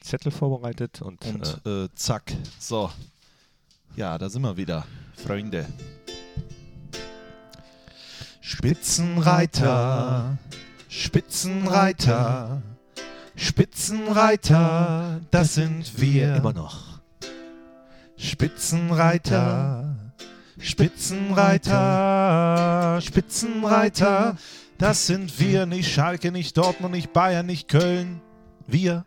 Zettel vorbereitet und, Und äh, zack. So. Ja, da sind wir wieder, Freunde. Spitzenreiter, Spitzenreiter, Spitzenreiter, das sind wir. immer noch. Spitzenreiter, Spitzenreiter, Spitzenreiter, das sind wir, nicht Schalke, nicht Dortmund, nicht Bayern, nicht Köln. Wir.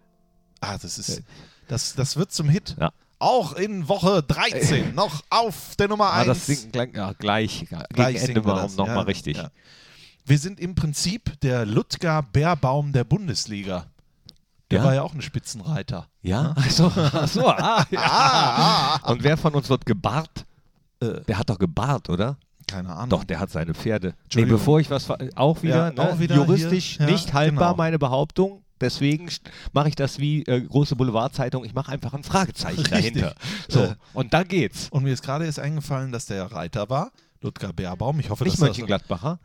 Ah, das ist. Das, das wird zum Hit. Ja. Äh. Auch in Woche 13 noch auf der Nummer 1. Ah, das Ding klang, ja, gleich, gleich Gleich gegen Ende singen wir mal, um das, nochmal ja, richtig. ja. Wir sind im Prinzip der Ludger Bärbaum der Bundesliga. Der Ja? war ja auch ein Spitzenreiter. Ja, achso, achso, ah, ja. Ah, ah, ah. Und wer von uns wird gebart? Äh. Der hat doch gebart, oder? Keine Ahnung. Doch, der hat seine Pferde. Nee, Mhm. Entschuldigung. bevor ich was ver- auch wieder, Ja, ne? auch wieder juristisch hier. Ja, nicht haltbar genau. meine Behauptung. Deswegen st- mache ich das wie äh, große Boulevardzeitung. Ich mache einfach ein Fragezeichen Richtig. dahinter. So Äh. und da geht's. Und mir ist gerade erst eingefallen, dass der Reiter war, Ludger Bärbaum. Ich hoffe, Nicht dass, das, Mönchengladbacher.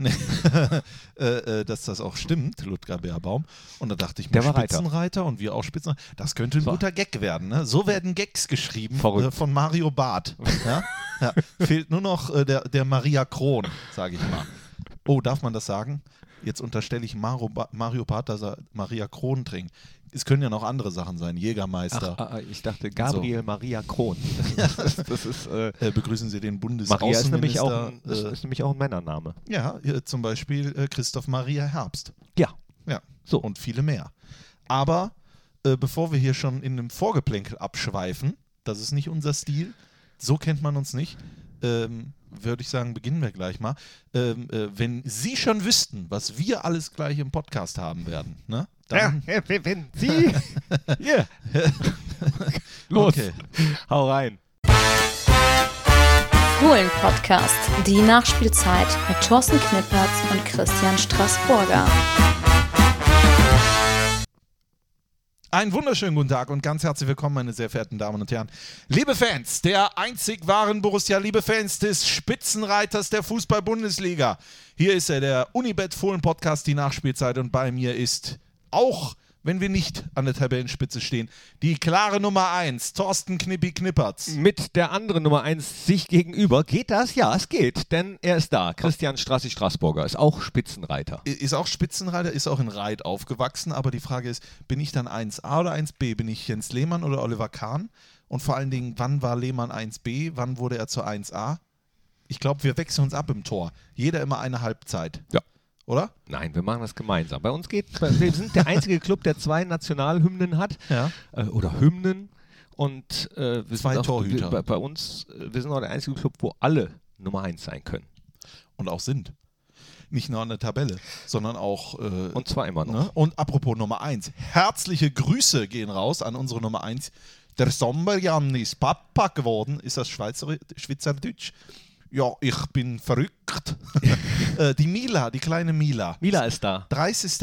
äh, äh, dass das auch stimmt, Ludger Bärbaum. Und da dachte ich mir, Der war Reiter. Spitzenreiter und wir auch Spitzenreiter. Das könnte ein So. guter Gag werden. Ne? So werden Gags geschrieben Verrückt. äh, von Mario Barth. Ja? Ja. Fehlt nur noch äh, der, der Maria Kron, sage ich mal. Oh, darf man das sagen? Jetzt unterstelle ich Mario, ba Mario Barth, dass er Maria Kron trinkt. Es können ja noch andere Sachen sein. Jägermeister. Ach, ah, ich dachte Gabriel Maria Kron. das, ist- das ist äh, Äh, begrüßen Sie den Maria ist nämlich, auch Bundesaußenminister. ein, ist, äh, ist nämlich auch ein Männername. Ja, äh, zum Beispiel äh, Christoph Maria Herbst. Ja, Ja. So. Und viele mehr. Aber äh, bevor wir hier schon in dem Vorgeplänkel abschweifen, das ist nicht unser Stil, so kennt man uns nicht, ähm, würde ich sagen, beginnen wir gleich mal. Ähm, äh, wenn Sie schon wüssten, was wir alles gleich im Podcast haben werden, ne? Dann, Ja, wenn, wenn Sie. Hier. Los. Okay. Hau rein. Fohlen Podcast, die Nachspielzeit mit Thorsten Knippertz und Christian Straßburger. Einen wunderschönen guten Tag und ganz herzlich willkommen, meine sehr verehrten Damen und Herren. Liebe Fans der einzig wahren Borussia, liebe Fans des Spitzenreiters der Fußball-Bundesliga. Hier ist er, der Unibet-Fohlen-Podcast, die Nachspielzeit. Und bei mir ist, auch wenn wir nicht an der Tabellenspitze stehen, die klare Nummer 1, Thorsten Knippi Knippertz. Mit der anderen Nummer 1 sich gegenüber. Geht das? Ja, es geht, denn er ist da. Christian Strassi Straßburger ist auch Spitzenreiter. I- Ist auch Spitzenreiter, ist auch in Reit aufgewachsen, aber die Frage ist, bin ich dann 1a oder 1b? Bin ich Jens Lehmann oder Oliver Kahn? Und vor allen Dingen, wann war Lehmann 1b? Wann wurde er zur 1a? Ich glaube, wir wechseln uns ab im Tor. Jeder immer eine Halbzeit, Ja. oder? Nein, wir machen das gemeinsam. Bei uns geht, wir sind der einzige Club, der zwei Nationalhymnen hat. Ja. Äh, oder Hymnen. Und äh, wir Zwei sind auch, Torhüter. Bei, bei uns, äh, wir sind auch der einzige Club, wo alle Nummer 1 sein können. Und auch sind. Nicht nur an der Tabelle, sondern auch. Äh, Und zwar immer noch. ne? Und apropos Nummer 1. Herzliche Grüße gehen raus an unsere Nummer 1. Der Sommerjan ist Papa geworden. Ist das Schweizer, Schweizerdeutsch? Ja, ich bin verrückt. Äh, die Mila, die kleine Mila. Mila ist da.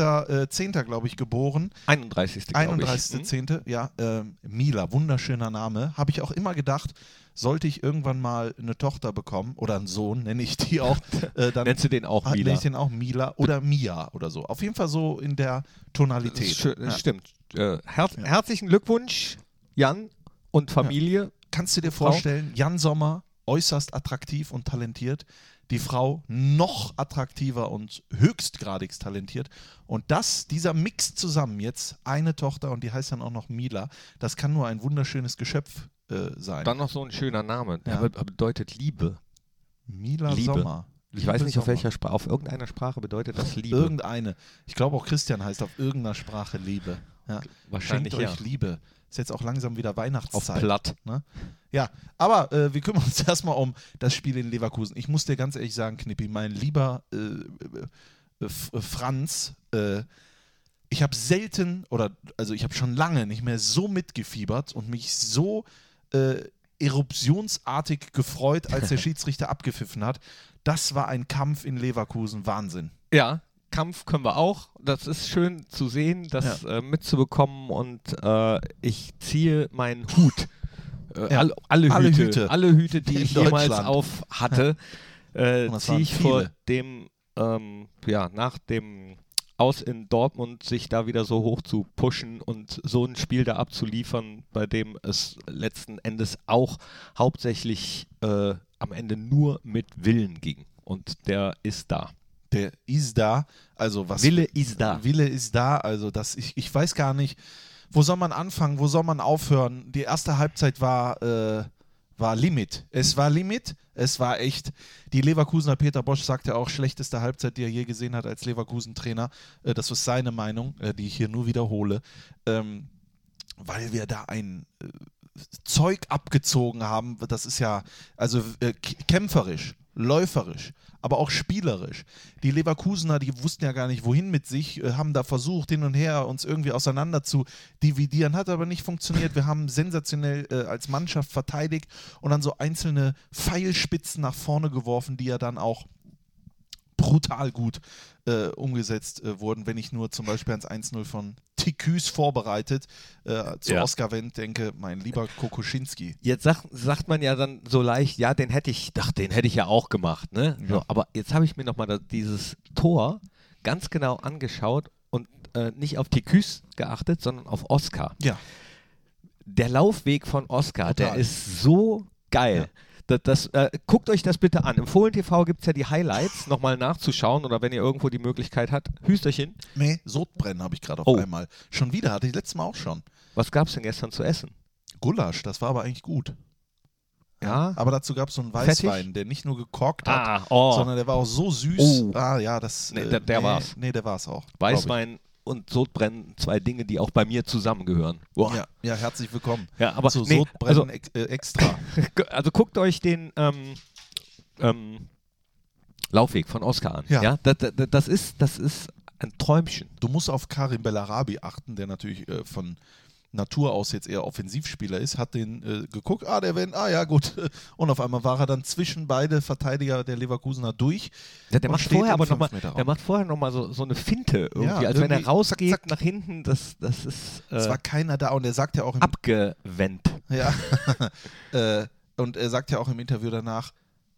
30.10. glaube ich geboren. 31. glaub ich. Hm? 31.10. Ja, ähm, Mila, wunderschöner Name. Habe ich auch immer gedacht, sollte ich irgendwann mal eine Tochter bekommen oder einen Sohn, nenne ich die auch, äh, dann Nennst du den auch Ah, Mila? Nenne ich den auch Mila oder Mia oder so. Auf jeden Fall so in der Das Tonalität. ist schön, das Ja. Stimmt. Äh, her Herzlichen Glückwunsch, Jan und Familie. Kannst du dir Frau? vorstellen, Jan Sommer, äußerst attraktiv und talentiert, die Frau noch attraktiver und höchstgradigst talentiert. Und das, dieser Mix zusammen jetzt, eine Tochter und die heißt dann auch noch Mila, das kann nur ein wunderschönes Geschöpf äh, sein. Dann noch so ein schöner Name. Ja. Der be- bedeutet Liebe. Mila Liebe. Sommer. Ich Liebe weiß nicht, auf Sommer. welcher Sprache, auf irgendeiner Sprache bedeutet das Liebe. Irgendeine. Ich glaube auch Christian heißt auf irgendeiner Sprache Liebe. Ja. Wahrscheinlich Schenkt ja. euch Liebe. Ist jetzt auch langsam wieder Auf Weihnachtszeit. platt. Ne? Ja, aber äh, wir kümmern uns erstmal um das Spiel in Leverkusen. Ich muss dir ganz ehrlich sagen, Knippi, mein lieber äh, äh, F- äh, Franz, äh, ich habe selten oder also ich habe schon lange nicht mehr so mitgefiebert und mich so äh, eruptionsartig gefreut, als der Schiedsrichter abgepfiffen hat. Das war ein Kampf in Leverkusen, Wahnsinn. Ja, Kampf können wir auch. Das ist schön zu sehen, das äh, mitzubekommen und äh, ich ziehe meinen Hut. Äh, Ja. all, alle, Alle Hüte, Hüte. Alle Hüte, die In ich jemals Deutschland. auf hatte, äh, Und das ziehe waren ich vor viele. dem, ähm, ja, nach dem aus in Dortmund, sich da wieder so hoch zu pushen und so ein Spiel da abzuliefern, bei dem es letzten Endes auch hauptsächlich äh, am Ende nur mit Willen ging. Und der ist da. Der ist da. Also was Wille ist da. Wille ist da. Also das, ich, ich weiß gar nicht, wo soll man anfangen, wo soll man aufhören. Die erste Halbzeit war, äh, war Limit. Es war Limit. Es war echt. Die Leverkusener Peter Bosch sagte auch, schlechteste Halbzeit, die er je gesehen hat als Leverkusen-Trainer. Äh, das ist seine Meinung, äh, die ich hier nur wiederhole. Ähm, weil wir da ein äh, Zeug abgezogen haben. Das ist ja, also äh, k- kämpferisch, läuferisch, aber auch spielerisch. Die Leverkusener, die wussten ja gar nicht, wohin mit sich, äh, haben da versucht, hin und her uns irgendwie auseinander zu dividieren, hat aber nicht funktioniert. Wir haben sensationell äh, als Mannschaft verteidigt und dann so einzelne Pfeilspitzen nach vorne geworfen, die ja dann auch brutal gut äh, umgesetzt äh, wurden, wenn ich nur zum Beispiel ans 1-0 von Tiküs vorbereitet äh, zu Ja. Oscar Wendt denke, mein lieber Kokoschinski. Jetzt sag, sagt man ja dann so leicht, ja, den hätte ich, ach, den hätte ich ja auch gemacht, ne? So, Ja. aber jetzt habe ich mir nochmal dieses Tor ganz genau angeschaut und äh, nicht auf Tiküs geachtet, sondern auf Oscar. Ja, der Laufweg von Oscar, Total. der ist so geil. Das, das, äh, guckt euch das bitte an. Im Fohlen TV gibt es ja die Highlights, nochmal nachzuschauen oder wenn ihr irgendwo die Möglichkeit habt, Hüsterchen. nee, Sodbrennen habe ich gerade auf Oh. einmal. Schon wieder, hatte ich letztes Mal auch schon. Was gab es denn gestern zu essen? Gulasch, das war aber eigentlich gut. Ja. Aber dazu gab es so einen Fettig? Weißwein, der nicht nur gekorkt hat, Ah, oh. sondern der war auch so süß. Oh. Ah ja, das. Nee, der- der nee, war's. Nee, der war's auch. glaub ich. Weißwein und Sodbrennen, zwei Dinge, die auch bei mir zusammengehören. Boah. Ja, ja, herzlich willkommen. Ja, aber Zu nee, Sodbrennen also, ex- äh, extra. gu- also guckt euch den ähm, ähm, Laufweg von Oscar an. Ja. Das, das, das, ist, das ist ein Träumchen. Du musst auf Karim Bellarabi achten, der natürlich äh, von Natur aus jetzt eher Offensivspieler ist, hat den äh, geguckt, ah, der wenn, ah ja, gut. Und auf einmal war er dann zwischen beide Verteidiger der Leverkusener durch. Der, der und macht steht vorher im aber nochmal, Fünfmeterraum. der macht vorher noch mal so, so eine Finte irgendwie, Ja, als wenn er irgendwie rausgeht zack, zack. nach hinten, das, das ist Es äh, war keiner da und er sagt ja auch im, abgewendet. ja, äh, und er sagt ja auch im Interview danach,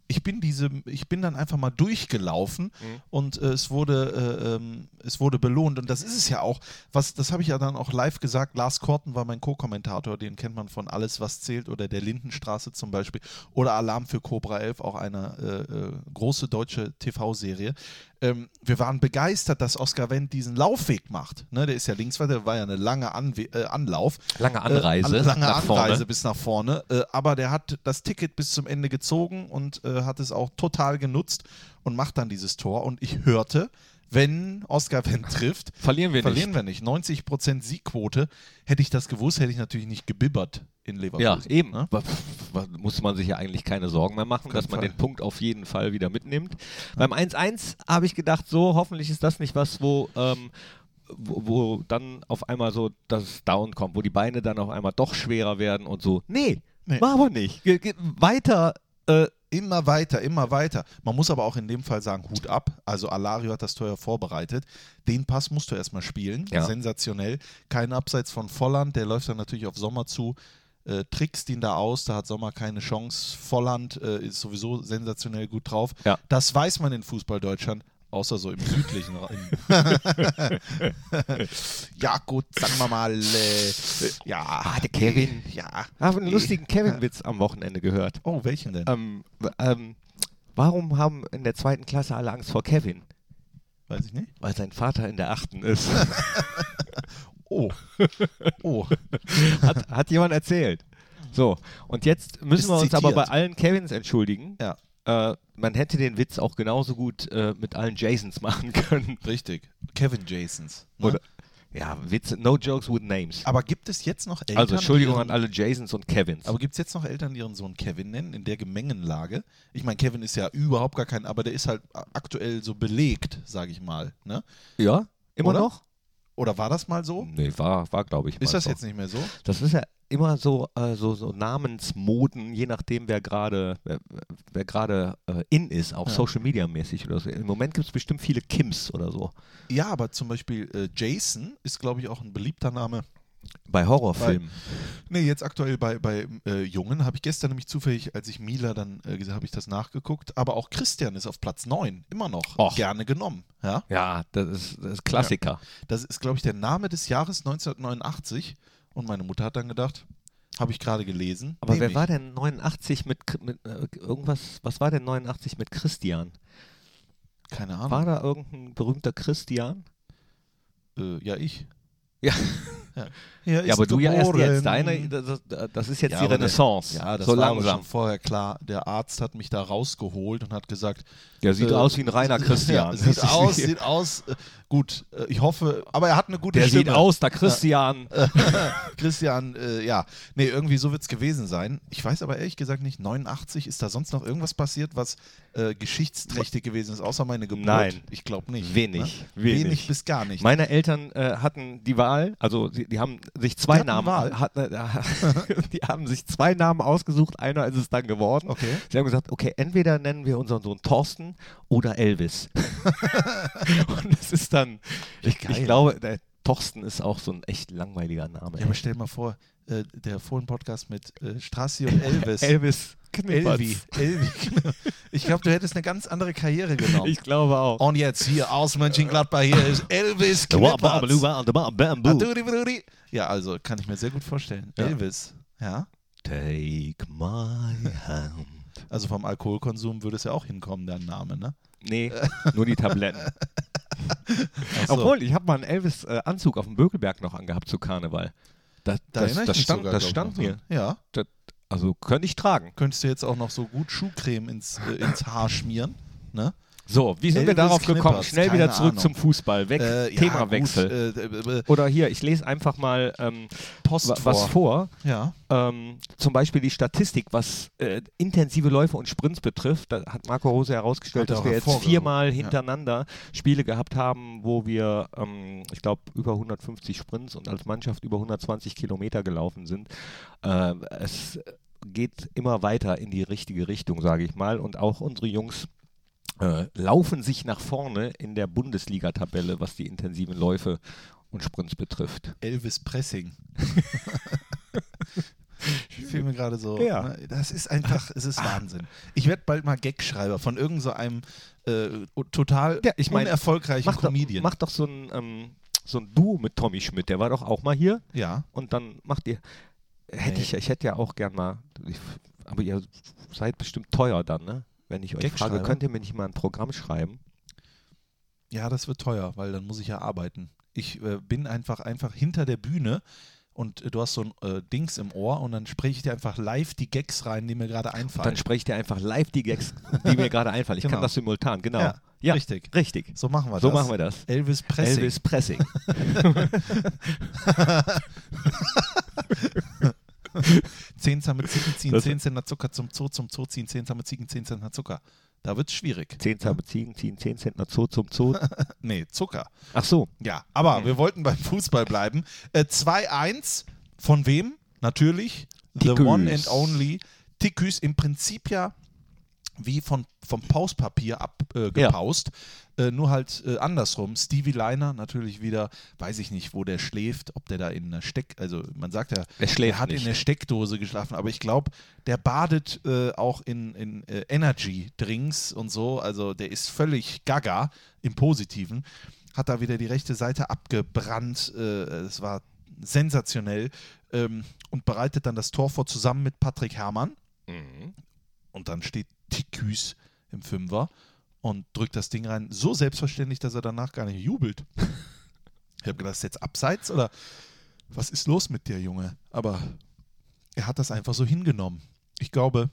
ich bin diese, ich bin dann einfach mal durchgelaufen Mhm. und äh, es wurde, äh, ähm, es wurde belohnt und das ist es ja auch. Was, das habe ich ja dann auch live gesagt. Lars Korten war mein Co-Kommentator, den kennt man von alles, was zählt oder der Lindenstraße zum Beispiel oder Alarm für Cobra 11, auch eine äh, äh, große deutsche TV-Serie. Ähm, wir waren begeistert, dass Oscar Wendt diesen Laufweg macht. Ne, der ist ja links, weil der war ja eine lange Anwe äh, Anlauf. Lange Anreise Äh, lange nach vorne. Anreise bis nach vorne. Äh, aber der hat das Ticket bis zum Ende gezogen und äh, hat es auch total genutzt und macht dann dieses Tor. Und ich hörte, wenn Oscar Wendt trifft, Verlieren wir verlieren wir nicht. 90% Siegquote. Hätte ich das gewusst, hätte ich natürlich nicht gebibbert in Ja, Leverkusen. eben. Ne? Wa- wa- Muss man sich ja eigentlich keine Sorgen mehr machen, Auf dass keinen man Fall. den Punkt auf jeden Fall wieder mitnimmt. Beim 1-1 habe ich gedacht, so, hoffentlich ist das nicht was, wo, ähm, wo, wo dann auf einmal so das Down kommt, wo die Beine dann auf einmal doch schwerer werden und so. Nee, Nee. war aber nicht. Ge ge weiter. Äh, Immer weiter, immer weiter. Man muss aber auch in dem Fall sagen, Hut ab. Also Alario hat das Tor ja vorbereitet. Den Pass musst du erstmal spielen. Ja. Sensationell. Kein Abseits von Volland, der läuft dann natürlich auf Sommer zu, äh, trickst ihn da aus, da hat Sommer keine Chance. Volland äh, ist sowieso sensationell gut drauf. Ja. Das weiß man in Fußball Deutschland, außer so im südlichen Raum. ja, gut, sagen wir mal, äh, ja. ah, der Kevin. Ja. Habe einen lustigen Kevin-Witz am Wochenende gehört. Oh, welchen denn? Ähm, w- ähm, warum haben in der zweiten Klasse alle Angst vor Kevin? Weiß ich nicht. Weil sein Vater in der achten ist. Oh. Oh. hat, hat jemand erzählt. So, und jetzt müssen Ist wir uns aber bei zitiert. allen Kevins entschuldigen. Ja. Äh, man hätte den Witz auch genauso gut äh, mit allen Jasons machen können. Richtig. Kevin Jasons. Ne? Oder- Ja, Witze, no jokes with names. Aber gibt es jetzt noch Eltern? Also, Entschuldigung die an ihren, alle Jasons und Kevins. Aber gibt es jetzt noch Eltern, die ihren Sohn Kevin nennen, in der Gemengenlage? Ich meine, Kevin ist ja überhaupt gar kein, aber der ist halt aktuell so belegt, sage ich mal. Ne? ja, immer Oder? noch? Oder war das mal so? Nee, war, war glaube ich. mal Ist das so. jetzt nicht mehr so? Das ist ja immer so, äh, so, so Namensmoden, je nachdem, wer gerade wer, wer gerade äh, in ist, auch Ja. Social Media mäßig oder so. Im Moment gibt es bestimmt viele Kims oder so. Ja, aber zum Beispiel äh, Jason ist, glaube ich, auch ein beliebter Name Bei Horrorfilmen. Nee, jetzt aktuell bei, bei äh, Jungen habe ich gestern nämlich zufällig, als ich Mila dann äh, gesagt habe, ich das nachgeguckt. Aber auch Christian ist auf Platz 9, immer noch Och. gerne genommen. Ja? Ja, das ist, das ist Klassiker. Das ist, glaube ich, der Name des Jahres 1989. Und meine Mutter hat dann gedacht, habe ich gerade gelesen. Aber nehm wer ich. war denn 89 mit, Kr- mit äh, irgendwas, was war denn 89 mit Christian? Keine Ahnung. War da irgendein berühmter Christian? äh, ja, ich. Ja. ja. Er ist Ja, aber du ja erst geboren. jetzt. Deine, das, das ist jetzt Ja, die aber der- Renaissance. Ja, das so war aber langsam. schon vorher klar. Der Arzt hat mich da rausgeholt und hat gesagt, Der sieht äh, aus wie ein reiner Christian. Ja, Das sieht ist- aus, sieht aus. Äh, gut, äh, ich hoffe, aber er hat eine gute der Stimme. sieht aus, der Christian. Christian, äh, ja. Nee, irgendwie so wird es gewesen sein. Ich weiß aber ehrlich gesagt nicht, 89, ist da sonst noch irgendwas passiert, was äh, geschichtsträchtig gewesen ist, außer meine Geburt? Nein. Ich glaube nicht. Wenig, Ne? Wenig. wenig. bis gar nicht. Meine Eltern äh, hatten die Wahl, also die, die haben sich Die zwei hatten Namen, Wahl? hat, äh, die haben sich zwei Namen ausgesucht, einer ist es dann geworden. Okay. Sie haben gesagt, okay, entweder nennen wir unseren Sohn Thorsten oder Elvis. Und es ist dann, ich, geil. ich glaube, der Thorsten ist auch so ein echt langweiliger Name. Ja, aber stell dir mal vor, äh, der vorhin Podcast mit äh, Strassi und Elvis. Elvis Elvi. Knippertz. Elvi. genau. Ich glaube, du hättest eine ganz andere Karriere genommen. Ich glaube auch. und jetzt hier aus Mönchengladbach, hier ist Elvis Knippertz. Aduribuduri. Ja, also kann ich mir sehr gut vorstellen. Ja. Elvis, ja. Take my hand. Also vom Alkoholkonsum würde es ja auch hinkommen, dein Name, ne? Nee, nur die Tabletten. Ach so. Obwohl, ich habe mal einen Elvis-Anzug auf dem Bökelberg noch angehabt zu Karneval. Das, Da das, erinnere ich das mich stand, sogar, das glaub stand ich, mir. noch. ne? Ja. Also könnte ich tragen. Könntest du jetzt auch noch so gut Schuhcreme ins, äh, ins Haar schmieren, ne? So, wie sind wir Elvis darauf gekommen? Knippertz, Schnell keine wieder zurück Ahnung. zum Fußball. Weg, Äh, ja, Themawechsel. Gut, äh, äh, äh, Oder hier, ich lese einfach mal ähm, Post wa- was vor. Ja. Ähm, zum Beispiel die Statistik, was äh, intensive Läufe und Sprints betrifft. Da hat Marco Rose herausgestellt, Hat er dass wir jetzt hervorgehoben, viermal ja. hintereinander Spiele gehabt haben, wo wir, ähm, ich glaube, über 150 Sprints und als Mannschaft über 120 Kilometer gelaufen sind. Äh, es geht immer weiter in die richtige Richtung, sage ich mal. Und auch unsere Jungs äh, laufen sich nach vorne in der Bundesliga-Tabelle, was die intensiven Läufe und Sprints betrifft. Elvis Pressing. Ich fühle mir gerade so. Ja. Ne? Das ist einfach, es ist Wahnsinn. Ich werde bald mal Gagschreiber von irgendeinem so einem, äh, total Ja, ich mein, unerfolgreichen Mach doch, Comedian. mach doch so ein, ähm, so ein Duo mit Tommy Schmidt, der war doch auch mal hier ja. und dann macht ihr. Hätte Nee. ich, ich hätte ja auch gern mal, ich, aber ihr seid bestimmt teuer dann, ne? Wenn ich euch frage, Gagschreiber? könnt ihr mir nicht mal ein Programm schreiben? Ja, das wird teuer, weil dann muss ich ja arbeiten. Ich äh, bin einfach einfach hinter der Bühne und äh, du hast so ein äh, Dings im Ohr und dann spreche ich dir einfach live die Gags rein, die mir gerade Dann einfallen. sprecht ihr einfach live die Gags, die mir gerade einfallen. Ich Genau. kann das simultan, genau. Ja, Ja, richtig. Richtig. So machen wir So das. machen wir das. Elvis Pressing. Elvis Pressing. Zehn Zahme Zicken ziehen, Das- zehn Zentner Zucker zum Zoo, zum Zoo ziehen, zehn Zahme Zicken, zehn Zentner Zucker. Da wird's schwierig. Zehn Zahme Ziegen ziehen 10 Cent nach Zoo zum Zoo. Nee, Zucker. Ach so, Ja, aber wir wollten beim Fußball bleiben. Äh, 2-1 von wem? Natürlich The Tikus. One and Only Tikus. Im Prinzip ja wie von, vom Pauspapier abgepaust. Äh, Ja. gepaust. äh, nur halt äh, andersrum. Stevie Liner natürlich wieder, weiß ich nicht, wo der schläft, ob der da in der Steck, also man sagt ja, er schläft er hat nicht. in der Steckdose geschlafen, aber ich glaube, der badet äh, auch in, in äh, Energy-Drinks und so. Also der ist völlig gaga im Positiven. Hat da wieder die rechte Seite abgebrannt. Äh, es war sensationell. Ähm, und bereitet dann das Tor vor zusammen mit Patrick Herrmann. Mhm. Und dann steht Tiküs im Fünfer und drückt das Ding rein. So selbstverständlich, dass er danach gar nicht jubelt. Ich habe gedacht, ist jetzt abseits oder was ist los mit dir, Junge? Aber er hat das einfach so hingenommen. Ich glaube,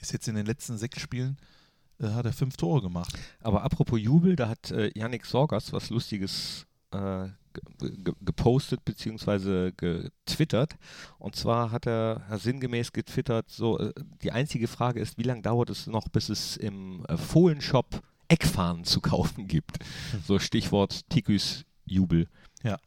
ist jetzt in den letzten sechs Spielen äh, hat er fünf Tore gemacht. Aber apropos Jubel, da hat äh, Yannick Sorgas was Lustiges äh, ge- ge- gepostet bzw. getwittert. Und zwar hat er äh, sinngemäß getwittert, so äh, die einzige Frage ist, wie lange dauert es noch, bis es im äh, Fohlenshop Eckfahnen zu kaufen gibt? So Stichwort Tiküs Jubel. Hm. Ja.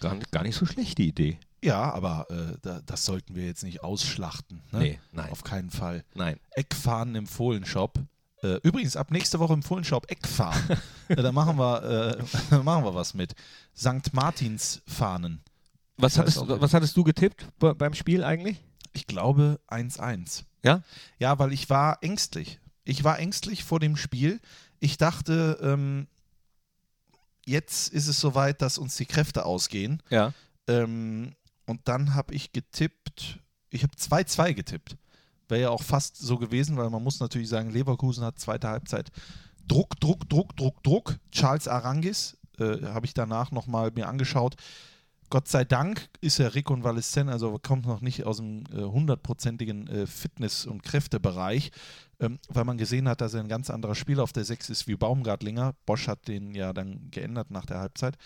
Gar, gar nicht so schlecht die Idee. Ja, aber äh, da, das sollten wir jetzt nicht ausschlachten. Ne? Nee, nein, Auf keinen Fall. nein. Eckfahnen im Fohlenshop. Äh, übrigens, ab nächste Woche im Fohlenshop Eckfahnen. äh, da machen wir, äh, machen wir was mit. St. Martins Fahnen. Was, Ich weiß hattest, auch nicht. was hattest du getippt be- beim Spiel eigentlich? Ich glaube 1-1. Ja? Ja, weil ich war ängstlich. Ich war ängstlich vor dem Spiel. Ich dachte, ähm, jetzt ist es soweit, dass uns die Kräfte ausgehen. Ja. Ähm, und dann habe ich getippt, ich habe 2-2 getippt. Wäre ja auch fast so gewesen, weil man muss natürlich sagen, Leverkusen hat zweite Halbzeit Druck, Druck, Druck, Druck, Druck. Charles Arangis äh, habe ich danach nochmal mir angeschaut. Gott sei Dank ist er rekonvaleszent, also kommt noch nicht aus dem äh, hundertprozentigen äh, Fitness- und Kräftebereich, ähm, weil man gesehen hat, dass er ein ganz anderer Spieler auf der Sechs ist wie Baumgartlinger. Bosch hat den ja dann geändert nach der Halbzeit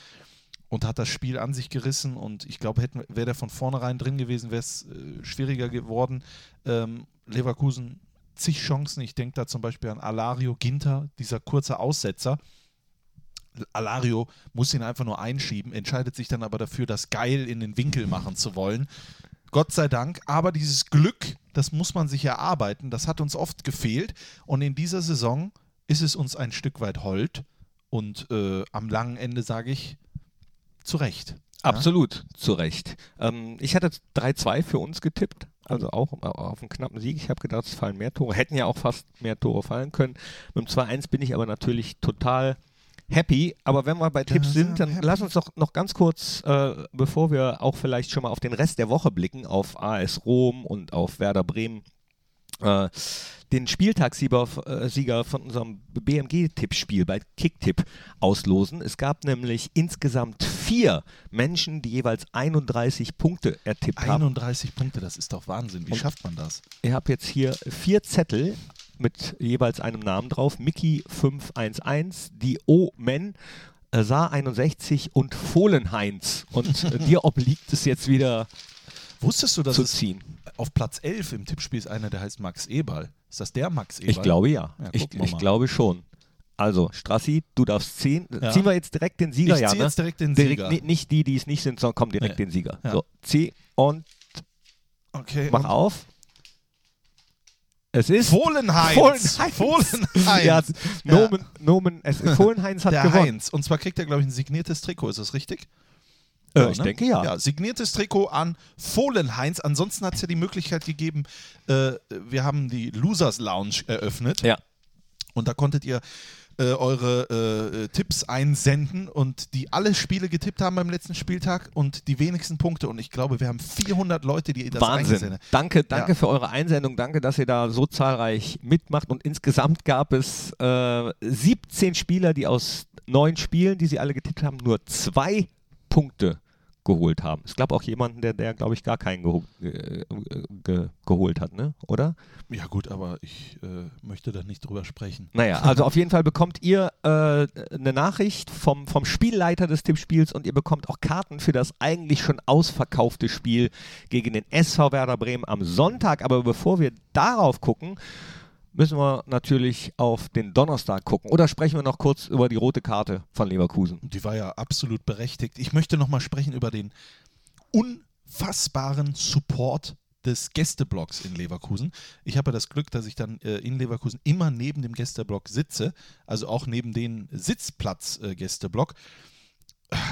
und hat das Spiel an sich gerissen und ich glaube, hätten- wäre der von vornherein drin gewesen, wäre es äh, schwieriger geworden. Ähm, Leverkusen zig Chancen, ich denke da zum Beispiel an Alario Ginter, dieser kurze Aussetzer. Alario muss ihn einfach nur einschieben, entscheidet sich dann aber dafür, das geil in den Winkel machen zu wollen. Gott sei Dank, aber dieses Glück, das muss man sich erarbeiten, das hat uns oft gefehlt und in dieser Saison ist es uns ein Stück weit hold und äh, am langen Ende sage ich, zu Recht. Absolut, zu Recht. Ähm, ich hatte 3-2 für uns getippt, also auch au- auf einen knappen Sieg. Ich habe gedacht, es fallen mehr Tore. Hätten ja auch fast mehr Tore fallen können. Mit dem 2-1 bin ich aber natürlich total happy. Aber wenn wir bei Tipps sind, dann happy. lass uns doch noch ganz kurz, äh, bevor wir auch vielleicht schon mal auf den Rest der Woche blicken, auf AS Rom und auf Werder Bremen, äh, den Spieltagssieger äh, Sieger von unserem BMG-Tippspiel bei Kicktipp auslosen. Es gab nämlich insgesamt vier Menschen, die jeweils 31 Punkte ertippt haben. 31 Punkte, das ist doch Wahnsinn. Wie Und- schafft man das? Ich habe jetzt hier vier Zettel mit jeweils einem Namen drauf. Mickey 511, die O-Men, äh, Saar 61 und Fohlenheinz. Und äh, dir obliegt es jetzt wieder Wusstest du, dass zu es ziehen. auf Platz 11 im Tippspiel ist einer, der heißt Max Eberl? Ist das der Max Eberl? Ich glaube ja. Ja, ich gucken wir ich mal. glaube schon. Also, Strassi, du darfst ziehen. Ja. Ziehen wir jetzt direkt den Sieger, Ich ja, zieh ne? jetzt direkt den Direkt, Sieger. ni- Nicht die, die es nicht sind, sondern komm direkt Nee. den Sieger. Ja. So, zieh und Okay. mach und- auf. Es ist Fohlenheinz. Fohlenheinz. Fohlenheinz. Ja, Nomen, Nomen, es, Fohlenheinz hat der gewonnen. Heinz. Und zwar kriegt er, glaube ich, ein signiertes Trikot. Ist das richtig? Äh, ich denke ja. ne? Ja, signiertes Trikot an Fohlenheinz. Ansonsten hat es ja die Möglichkeit gegeben, äh, wir haben die Losers Lounge eröffnet. Ja. Und da konntet ihr äh, eure äh, äh, Tipps einsenden und die alle Spiele getippt haben beim letzten Spieltag und die wenigsten Punkte. Und ich glaube, wir haben 400 Leute, die das Wahnsinn. eingesendet Danke, danke Ja. für eure Einsendung. Danke, dass ihr da so zahlreich mitmacht. Und insgesamt gab es äh, 17 Spieler, die aus neun Spielen, die sie alle getippt haben, nur zwei Punkte geholt haben. Es gab auch jemanden, der, der glaube ich, gar keinen geho ge ge geholt hat, ne? oder? Ja, gut, aber ich äh, möchte da nicht drüber sprechen. Naja, also auf jeden Fall bekommt ihr äh, eine Nachricht vom, vom Spielleiter des Tippspiels und ihr bekommt auch Karten für das eigentlich schon ausverkaufte Spiel gegen den SV Werder Bremen am Sonntag. Aber bevor wir darauf gucken, müssen wir natürlich auf den Donnerstag gucken. Oder sprechen wir noch kurz über die rote Karte von Leverkusen? Die war ja absolut berechtigt. Ich möchte nochmal sprechen über den unfassbaren Support des Gästeblocks in Leverkusen. Ich habe ja das Glück, dass ich dann äh, in Leverkusen immer neben dem Gästeblock sitze, also auch neben den Sitzplatz-Gästeblock.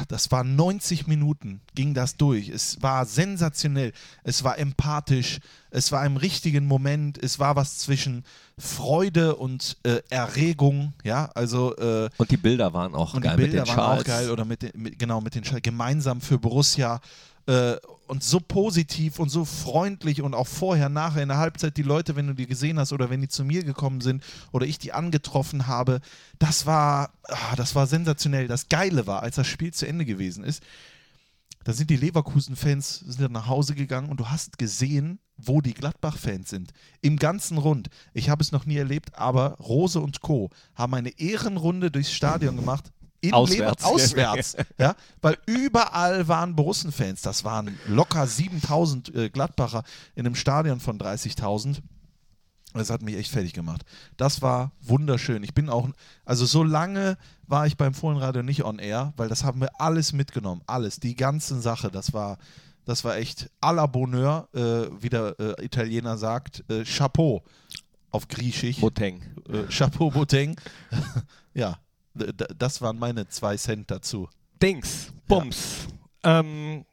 Das war 90 Minuten, ging das durch. Es war sensationell, es war empathisch, es war im richtigen Moment, es war was zwischen Freude und äh, Erregung. Ja, also äh, Und die Bilder waren auch und geil die Bilder mit den waren Charles. auch geil oder mit, den- mit genau mit den Schal gemeinsam für Borussia äh, und so positiv und so freundlich und auch vorher, nachher in der Halbzeit die Leute, wenn du die gesehen hast oder wenn die zu mir gekommen sind oder ich die angetroffen habe, das war, ah, das war sensationell. Das Geile war, als das Spiel zu Ende gewesen ist, da sind die Leverkusen-Fans sind dann nach Hause gegangen und du hast gesehen, wo die Gladbach-Fans sind. Im ganzen Rund. Ich habe es noch nie erlebt, aber Rose und Co. haben eine Ehrenrunde durchs Stadion gemacht. In Auswärts. Lever- auswärts. ja, weil überall waren Borussen-Fans. Das waren locker 7000 äh, Gladbacher in einem Stadion von 30.000. Das hat mich echt fertig gemacht. Das war wunderschön. Ich bin auch, also so lange war ich beim Fohlenradio nicht on air, weil das haben wir alles mitgenommen. Alles, die ganze Sache. Das war, das war echt à la Bonheur, äh, wie der äh, Italiener sagt, äh, Chapeau auf Griechisch. Boateng. äh, Chapeau Boteng. ja, d- d- das waren meine zwei Cent dazu. Dings, Bums. Ähm,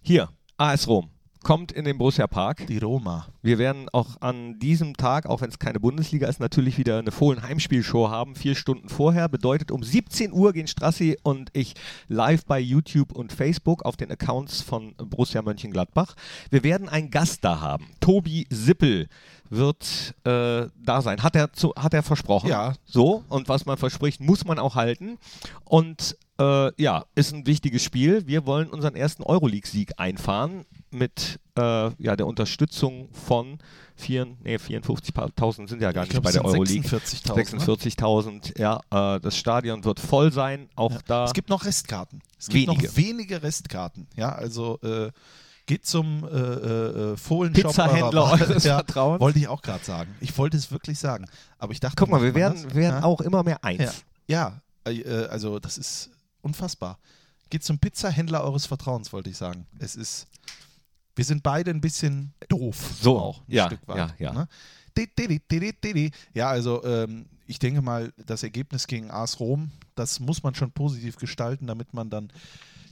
Hier, AS Rom. Kommt in den Borussia Park. Die Roma. Wir werden auch an diesem Tag, auch wenn es keine Bundesliga ist, natürlich wieder eine Fohlen-Heimspielshow haben, vier Stunden vorher. Bedeutet, um 17 Uhr gehen Strassi und ich live bei YouTube und Facebook auf den Accounts von Borussia Mönchengladbach. Wir werden einen Gast da haben. Tobi Sippel wird äh, da sein. Hat er, zu, hat er versprochen. Ja. So, und was man verspricht, muss man auch halten. Und äh, ja, ist ein wichtiges Spiel. Wir wollen unseren ersten Euroleague-Sieg einfahren mit äh, ja, der Unterstützung von vier, nee, 54.000 sind ja gar nicht Ich glaub, bei es der sind ne? Euroleague. 46.000, 46.000, ja. Äh, das Stadion wird voll sein, auch da. Es gibt noch Restkarten. Es gibt noch Wenige. wenige Restkarten. Ja, also äh, geht zum äh, äh, Fohlenshop. Pizzahändler eurer Wahl. eures ja, Vertrauens. Wollte ich auch gerade sagen. Ich wollte es wirklich sagen. Aber ich dachte, Guck mal, wir macht man werden, das? wir werden ja? auch immer mehr eins. Ja, ja äh, äh, also das ist unfassbar. Geht zum Pizzahändler eures Vertrauens, wollte ich sagen. Es ist, wir sind beide ein bisschen doof. So, auch ein ja, Stück weit. ja, ja. Ne? Di- di- di- di- di- di- di. Ja, also ähm, ich denke mal, das Ergebnis gegen AS Rom, das muss man schon positiv gestalten, damit man dann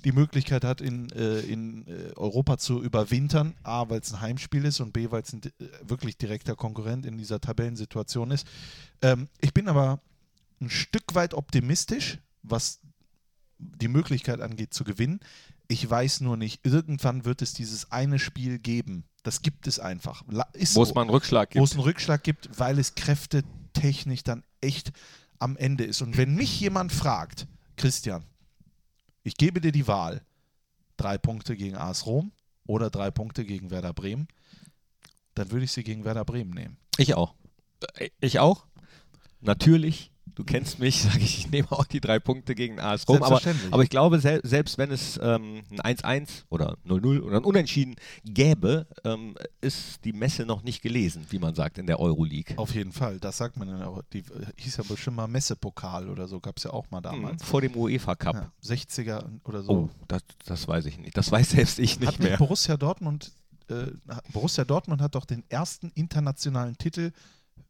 die Möglichkeit hat, in, äh, in äh, Europa zu überwintern. A, weil es ein Heimspiel ist und B, weil es ein di- äh, wirklich direkter Konkurrent in dieser Tabellensituation ist. Ähm, ich bin aber ein Stück weit optimistisch, was die Möglichkeit angeht zu gewinnen. Ich weiß nur nicht, irgendwann wird es dieses eine Spiel geben. Das gibt es einfach. La- Ist Wo so es mal einen Rückschlag wo gibt. es einen Rückschlag gibt, weil es kräftetechnisch dann echt am Ende ist. Und wenn mich jemand fragt, Christian, ich gebe dir die Wahl, drei Punkte gegen AS Rom oder drei Punkte gegen Werder Bremen, dann würde ich sie gegen Werder Bremen nehmen. Ich auch. Äh, Ich auch. Natürlich. Du kennst mich, sage ich, ich nehme auch die drei Punkte gegen AS Rom. Aber, Selbstverständlich. aber ich glaube, sel selbst wenn es ähm, ein 1-1 oder 0-0 oder ein Unentschieden gäbe, ähm, ist die Messe noch nicht gelesen, wie man sagt, in der Euroleague. Auf jeden Fall, das sagt man dann auch. Die äh, hieß ja bestimmt mal Messepokal oder so, gab es ja auch mal Mhm, damals. Vor dem UEFA Cup. Ja, 60er oder so. Oh, das, das weiß ich nicht. Das weiß selbst ich nicht hat mehr. Nicht Borussia Dortmund, äh, hat- Borussia Dortmund hat doch den ersten internationalen Titel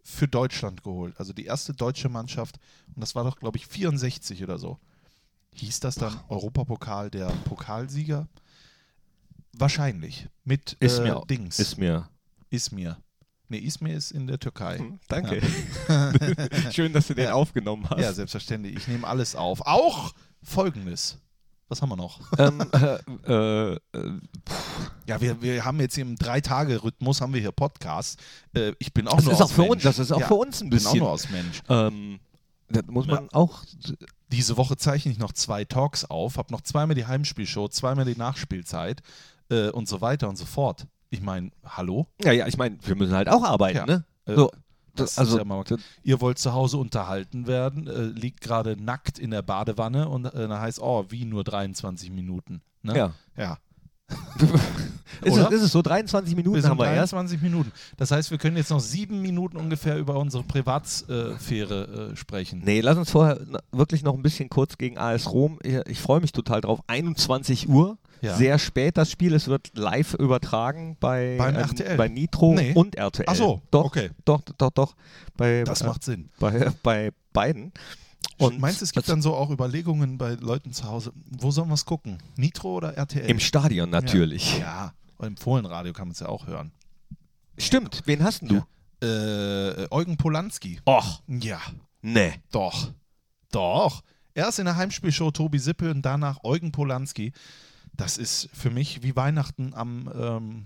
für Deutschland geholt. Also die erste deutsche Mannschaft. Und das war doch, glaube ich, 64 oder so. Hieß das dann Europapokal der Pokalsieger? Wahrscheinlich. Mit Ist äh, mir- Dings. Ist mir. Ismir. Ne, Ismir ist in der Türkei. Hm, Danke. Schön, dass du den Ja. aufgenommen hast. Ja, selbstverständlich. Ich nehme alles auf. Auch folgendes. Was haben wir noch? ähm, äh, äh, äh, Ja, wir, wir haben jetzt hier im Drei-Tage-Rhythmus, haben wir hier Podcasts. Äh, ich bin auch das nur ist auch aus für Mensch. uns, das ist auch Ja, für uns ein bin auch bisschen nur aus Mensch. Ähm, das muss man auch. Diese Woche zeichne ich noch zwei Talks auf, habe noch zweimal die Heimspielshow, zweimal die Nachspielzeit äh, und so weiter und so fort. Ich meine, hallo? Ja, ja, ich meine, wir müssen halt auch arbeiten, Ja, ne? äh, So, das das, also, ist ja mal- das, Ihr wollt zu Hause unterhalten werden, äh, liegt gerade nackt in der Badewanne und äh, dann heißt, oh, wie nur 23 Minuten. Ne? ja. ja. Ist Oder? es, ist es so, 23 Minuten Wir sind haben wir erst. 23 Minuten. Das heißt, wir können jetzt noch sieben Minuten ungefähr über unsere Privatsphäre äh, sprechen. Nee, lass uns vorher n- wirklich noch ein bisschen kurz gegen AS Rom. Ich, ich freue mich total drauf. 21 Uhr, Ja. sehr spät das Spiel. Es wird live übertragen bei, ähm, Beim RTL. bei Nitro Nee. und RTL. Ach so, doch, okay. Doch, doch, doch. Bei, äh, Das macht Sinn. bei, bei beiden. Und Meinst du, es gibt das- dann so auch Überlegungen bei Leuten zu Hause, wo sollen wir es gucken? Nitro oder RTL? im Stadion natürlich. ja, und im Fohlenradio kann man es ja auch hören. Stimmt, wen hast denn du? Äh, Eugen Polanski. Och, Ja, nee. doch. Doch. Erst in der Heimspielshow Tobi Sippel und danach Eugen Polanski. Das ist für mich wie Weihnachten am, ähm,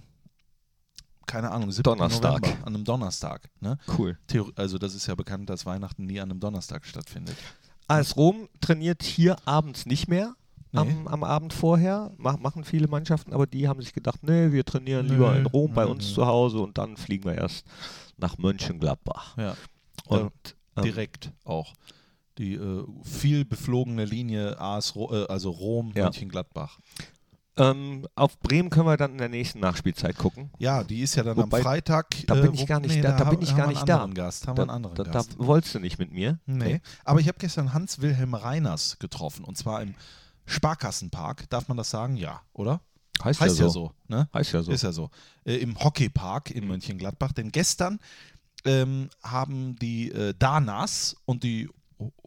keine Ahnung, 7. Donnerstag. November, an einem Donnerstag. Ne? Cool. Theor also das ist ja bekannt, dass Weihnachten nie an einem Donnerstag stattfindet. AS Rom trainiert hier abends nicht mehr. Am, Nee. am Abend vorher Mach, machen viele Mannschaften, aber die haben sich gedacht, nee, wir trainieren lieber Nö, in Rom bei nö, uns nö. zu Hause und dann fliegen wir erst nach Mönchengladbach. Ja. Und ähm, direkt auch. Die äh, viel beflogene Linie AS Ro äh, also Rom, Ja. Mönchengladbach. ähm, auf Bremen können wir dann in der nächsten Nachspielzeit gucken. Ja, die ist ja dann Wobei, am Freitag. äh, da bin ich wo- gar nicht da- da ha- bin ich haben gar wir nicht einen da. anderen Gast, haben wir einen anderen da, da Gast. wolltest du nicht mit mir. nee. Aber ich habe gestern Hans-Wilhelm Reiners getroffen und zwar im Sparkassenpark. Darf man das sagen? Ja, oder? Heißt, heißt ja, so. ne? Heißt ja so. Mhm. Ist ja so. Äh, Im Hockeypark in Mönchengladbach. Denn gestern ähm, haben die äh, Danas und die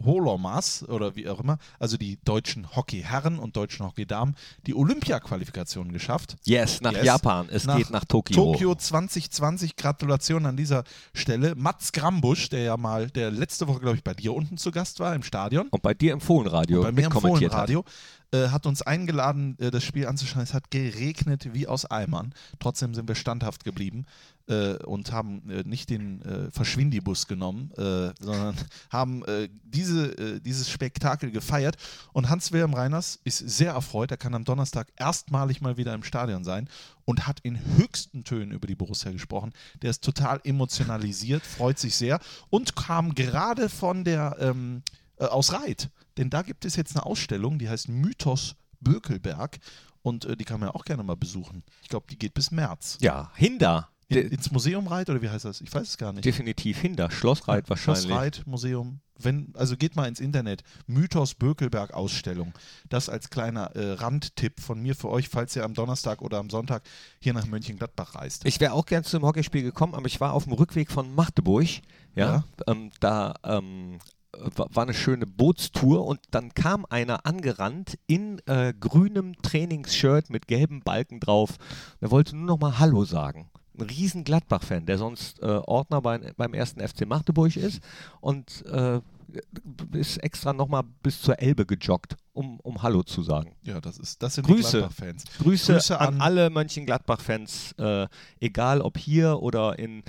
Holomas oder wie auch immer, also die deutschen Hockeyherren und deutschen Hockeydamen, die Olympia-Qualifikation geschafft. Yes, nach Yes. Japan. Es Nach geht nach Tokio. Tokio 2020, Gratulation an dieser Stelle. Mats Grambusch, der ja mal, der letzte Woche, glaube ich, bei dir unten zu Gast war im Stadion, Und bei dir im Fohlenradio bei mir im mitkommentiert hat. Fohlenradio, äh, hat uns eingeladen, äh, das Spiel anzuschauen. Es hat geregnet wie aus Eimern. Trotzdem sind wir standhaft geblieben äh, und haben äh, nicht den äh, Verschwindibus genommen, äh, sondern haben äh, diese, äh, dieses Spektakel gefeiert. Und Hans-Wilhelm Reiners ist sehr erfreut. Er kann am Donnerstag erstmalig mal wieder im Stadion sein und hat in höchsten Tönen über die Borussia gesprochen. Der ist total emotionalisiert, freut sich sehr und kam gerade von der ähm, äh, aus Reit. Denn da gibt es jetzt eine Ausstellung, die heißt Mythos Bökelberg. Und äh, die kann man ja auch gerne mal besuchen. Ich glaube, die geht bis März. Ja, Hinder. In, De ins Museum Reit oder wie heißt das? Ich weiß es gar nicht. definitiv Hinder. Schlossreit wahrscheinlich. Schloss Reit Museum. Wenn, also geht mal ins Internet. Mythos Bökelberg Ausstellung. Das als kleiner äh, Randtipp von mir für euch, falls ihr am Donnerstag oder am Sonntag hier nach Mönchengladbach reist. Ich wäre auch gern zum Hockeyspiel gekommen, aber ich war auf dem Rückweg von Magdeburg. Ja, Ähm, da ähm, wa- war eine schöne Bootstour und dann kam einer angerannt in äh, grünem Trainingsshirt mit gelben Balken drauf. Der wollte nur noch mal Hallo sagen. Ein riesen Gladbach-Fan, der sonst äh, Ordner bei, beim ersten FC Magdeburg ist und äh, ist extra nochmal bis zur Elbe gejoggt, um, um Hallo zu sagen. Ja, das ist das sind Grüße. die Gladbach-Fans. Grüße, Grüße an, an- alle Mönchengladbach-Fans, äh, egal ob hier oder in.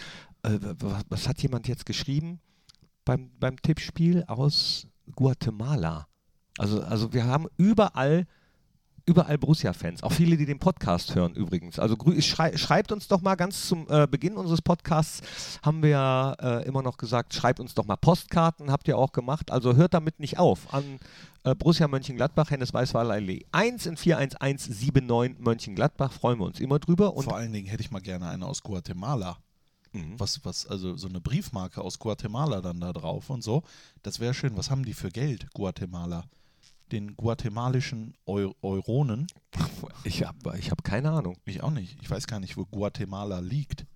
Äh, w- w- was hat jemand jetzt geschrieben beim, beim Tippspiel aus Guatemala? Also, also wir haben überall, überall Borussia-Fans, auch viele, die den Podcast hören übrigens. Also grü- schrei schreibt uns doch mal ganz zum äh, Beginn unseres Podcasts, haben wir äh, immer noch gesagt, schreibt uns doch mal Postkarten, habt ihr auch gemacht. Also hört damit nicht auf. An äh, Borussia Mönchengladbach, Hennes Weißweiler Allee 1 in 41179 Mönchengladbach, freuen wir uns immer drüber. Und Vor allen Dingen hätte ich mal gerne eine aus Guatemala. Mhm. Was, was, also so eine Briefmarke aus Guatemala dann da drauf und so. Das wäre schön. Was haben die für Geld, Guatemala? Den guatemalischen Eu Euronen? ich habe ich hab keine Ahnung. Ich auch nicht. Ich weiß gar nicht, wo Guatemala liegt.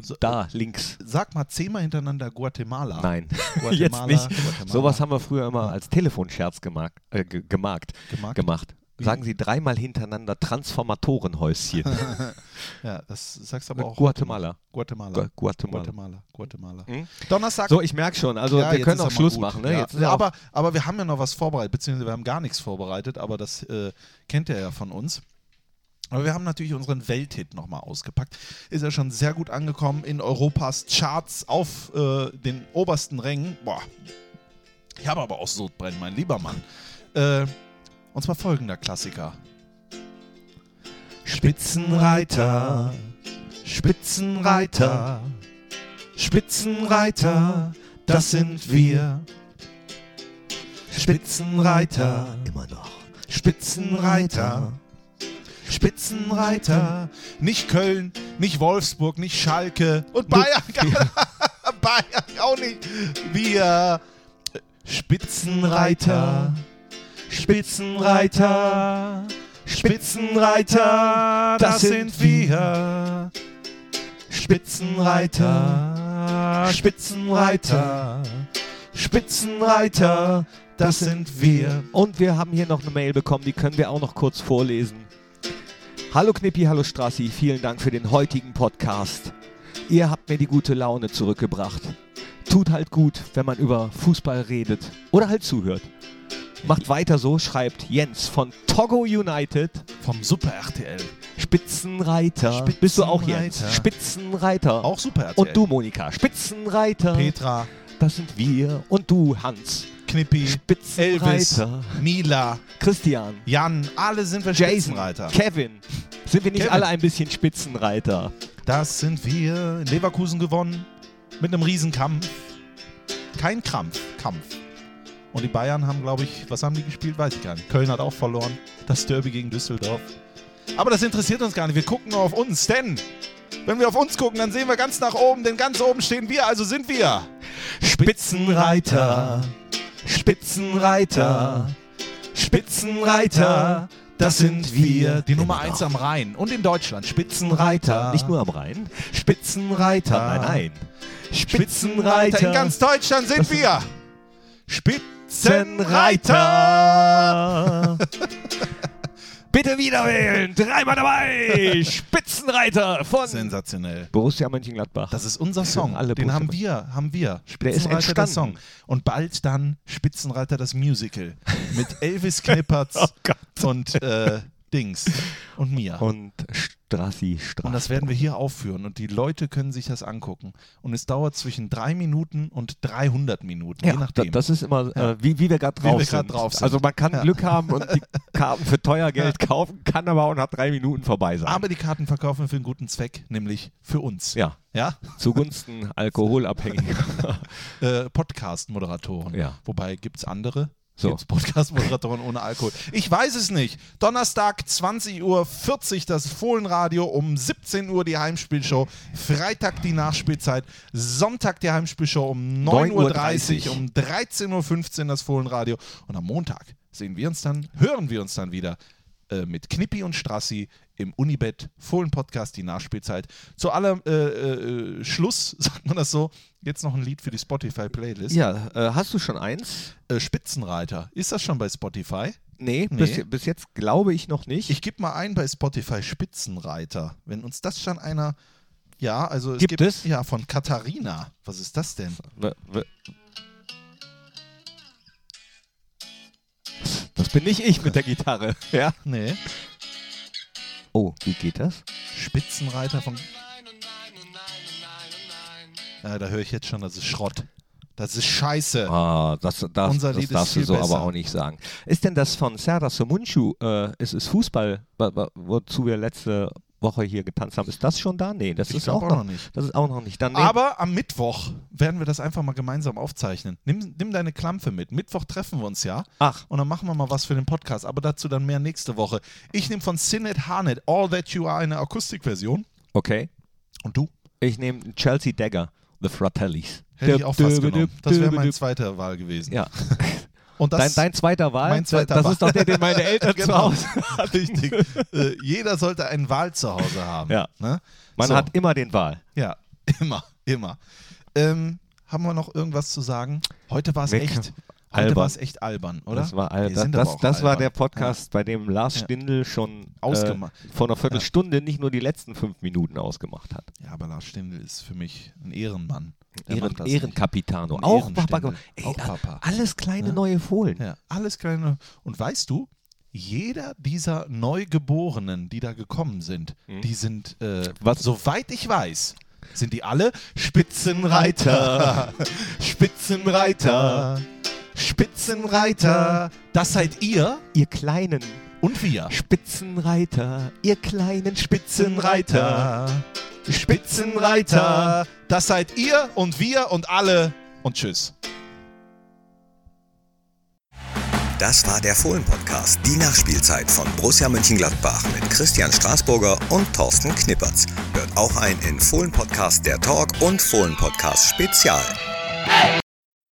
So- Da, links. Sag mal zehnmal hintereinander Guatemala. Nein, Guatemala, jetzt nicht. Guatemala. Sowas haben wir früher immer als Telefonscherz gemarkt, äh, ge- gemarkt, Gemarkt? gemacht. Sagen Sie dreimal hintereinander Transformatorenhäuschen. Ja, das sagst du aber Mit auch. Äh, Guatemala. Guatemala. Gu- Guatemala. Guatemala. Guatemala. Mhm. Donnerstag. So, ich merke schon. Also Ja, wir jetzt können ist auch ja mal Schluss gut. machen. Ne? Ja, Jetzt ist ja auch- aber, aber wir haben ja noch was vorbereitet, beziehungsweise wir haben gar nichts vorbereitet, aber das äh, kennt ihr ja von uns. Aber wir haben natürlich unseren Welthit nochmal ausgepackt. Ist ja schon sehr gut angekommen in Europas Charts auf äh, den obersten Rängen. Boah, ich habe aber auch Sodbrennen, mein lieber Mann. Äh, und zwar folgender Klassiker. Spitzenreiter, Spitzenreiter, Spitzenreiter, das sind wir. Spitzenreiter, immer noch. Spitzenreiter, Spitzenreiter, nicht Köln, nicht Wolfsburg, nicht Schalke und Bayern, Bayern auch nicht. Wir Spitzenreiter, Spitzenreiter, Spitzenreiter, das sind wir. Spitzenreiter, Spitzenreiter, Spitzenreiter, das sind wir. Und wir haben hier noch eine Mail bekommen, die können wir auch noch kurz vorlesen. Hallo Knippi, hallo Strassi, vielen Dank für den heutigen Podcast. Ihr habt mir die gute Laune zurückgebracht. Tut halt gut, wenn man über Fußball redet oder halt zuhört. Macht weiter so, schreibt Jens von Togo United. Vom Super RTL. Spitzenreiter. Bist du auch Jens? Spitzenreiter. Spitzenreiter. Auch Super RTL. Und du, Monika. Spitzenreiter. Petra, Das sind wir. Und du, Hans. Knippi, Elvis, Spitzenreiter. Mila, Christian. Jan, alle sind wir Jason, Spitzenreiter. Kevin. Sind wir nicht Kevin. alle ein bisschen Spitzenreiter? Das sind wir. In Leverkusen gewonnen. Mit einem Riesenkampf. Kein Krampf, Kampf. Und die Bayern haben, glaube ich, was haben die gespielt? Weiß ich gar nicht. Köln hat auch verloren. Das Derby gegen Düsseldorf. Aber das interessiert uns gar nicht. Wir gucken nur auf uns. Denn wenn wir auf uns gucken, dann sehen wir ganz nach oben. Denn ganz oben stehen wir. Also sind wir. Spitzenreiter, Spitzenreiter, Spitzenreiter, das sind wir. Die Nummer Immer 1 noch. am Rhein und in Deutschland. Spitzenreiter. Spitzenreiter. Genau. Nicht nur am Rhein. Spitzenreiter. Nein, nein. Spitzenreiter. In ganz Deutschland sind wir. Spitzenreiter. Bitte wieder wählen. Dreimal dabei. Spitzenreiter von Sensationell. Borussia Mönchengladbach. Das ist unser Song. alle Den haben Buchstaben. wir, haben wir. Der ist Spitzenreiter der entstanden. Song. Und bald dann Spitzenreiter das Musical mit Elvis Knippertz Oh Gott. Oh und äh, Dings und mir. Und Strassi, Strassi. Und das werden wir hier aufführen und die Leute können sich das angucken. Und es dauert zwischen drei Minuten und 300 Minuten, ja, je da- nachdem. das ist immer, äh, wie, wie wir gerade Wie wir drauf, grad sind. drauf sind. Also man kann Ja. Glück haben und die Karten für teuer Geld kaufen, kann aber auch nach drei Minuten vorbei sein. Aber die Karten verkaufen wir für einen guten Zweck, nämlich für uns. ja, Ja? zugunsten Alkoholabhängiger. Äh, Podcast-Moderatoren. Ja. Wobei, gibt es andere? So. Gibt es Podcast-Moderatoren ohne Alkohol? Ich weiß es nicht. Donnerstag, 20.40 Uhr das Fohlenradio, um 17 Uhr die Heimspielshow, Freitag die Nachspielzeit, Sonntag die Heimspielshow um 9.30 Uhr, um 13.15 Uhr das Fohlenradio und am Montag sehen wir uns dann, hören wir uns dann wieder äh, mit Knippi und Strassi im Unibet Fohlen Podcast die Nachspielzeit. Zu allem äh, äh, äh, Schluss, sagt man das so, jetzt noch ein Lied für die Spotify Playlist. ja, äh, hast du schon eins? Äh, Spitzenreiter, ist das schon bei Spotify? Nee, Nee. Bis, bis jetzt glaube ich noch nicht. Ich gebe mal ein bei Spotify Spitzenreiter. Wenn uns das schon einer. Ja, also es Gibt gibt es? Ja, von Katharina. Was ist das denn? W- w- Das bin nicht ich mit der Gitarre. Ja. Nee. Oh, wie geht das? Spitzenreiter von. Ja, da höre ich jetzt schon, das ist Schrott. Das ist Scheiße. Ah, das, das, Unser das Lied ist darfst du viel so besser. aber auch nicht sagen. Ist denn das von Serdar Somuncu, äh, es ist Fußball, wa- wa- wozu wir letzte Woche hier getanzt haben, ist das schon da? Nee, das Ich ist auch glaub auch noch, noch nicht. Das ist auch noch nicht. Dann nehmen- Aber am Mittwoch werden wir das einfach mal gemeinsam aufzeichnen. Nimm, nimm deine Klampfe mit. Mittwoch treffen wir uns ja. ach, Und dann machen wir mal was für den Podcast. Aber dazu dann mehr nächste Woche. Ich nehme von Sinet Harnet All That You Are eine Akustikversion. okay. Und du? Ich nehme Chelsea Dagger, The Fratellis. Hätte ich Düb, auch fast düb, genommen. düb, Das wäre düb, mein düb. zweiter Wahl gewesen. Ja, Und dein, das dein zweiter Wahl? Mein zweiter das Wahl. ist doch der, den meine Eltern zu Genau. Hause hatten. richtig. äh, jeder sollte einen Wahl zu Hause haben. Ja. Ne? Man so. hat immer den Wahl. ja immer, immer. Ähm, haben wir noch irgendwas zu sagen? Heute war es Wir- echt. Heute albern. war es echt albern, oder? Das war, Wir all, das, sind aber das, auch das war albern. der Podcast, bei dem Lars Stindl schon Ausgemacht. Äh, vor einer Viertelstunde nicht nur die letzten fünf Minuten ausgemacht hat. Ja, aber Lars Stindl ist für mich ein Ehrenmann. Er Ehren, macht das nicht. Ehrenkapitano. Ein Auch Ehrenstindl. Papa, gemacht. Ey, Auch a- Papa. Alles kleine Ja. neue Fohlen. Ja, alles kleine. Und weißt du, jeder dieser Neugeborenen, die da gekommen sind, die sind, äh, Hm? Was? soweit ich weiß, sind die alle Spitzenreiter. Spitzenreiter. Spitzenreiter. Das seid ihr Ihr kleinen und wir. Spitzenreiter, ihr kleinen Spitzenreiter. Spitzenreiter. Spitzenreiter. Das seid ihr und wir und alle. Und tschüss. Das war der Fohlen-Podcast, die Nachspielzeit von Borussia Mönchengladbach mit Christian Straßburger und Thorsten Knippertz. Hört auch ein in Fohlen-Podcast der Talk und Fohlen-Podcast Spezial.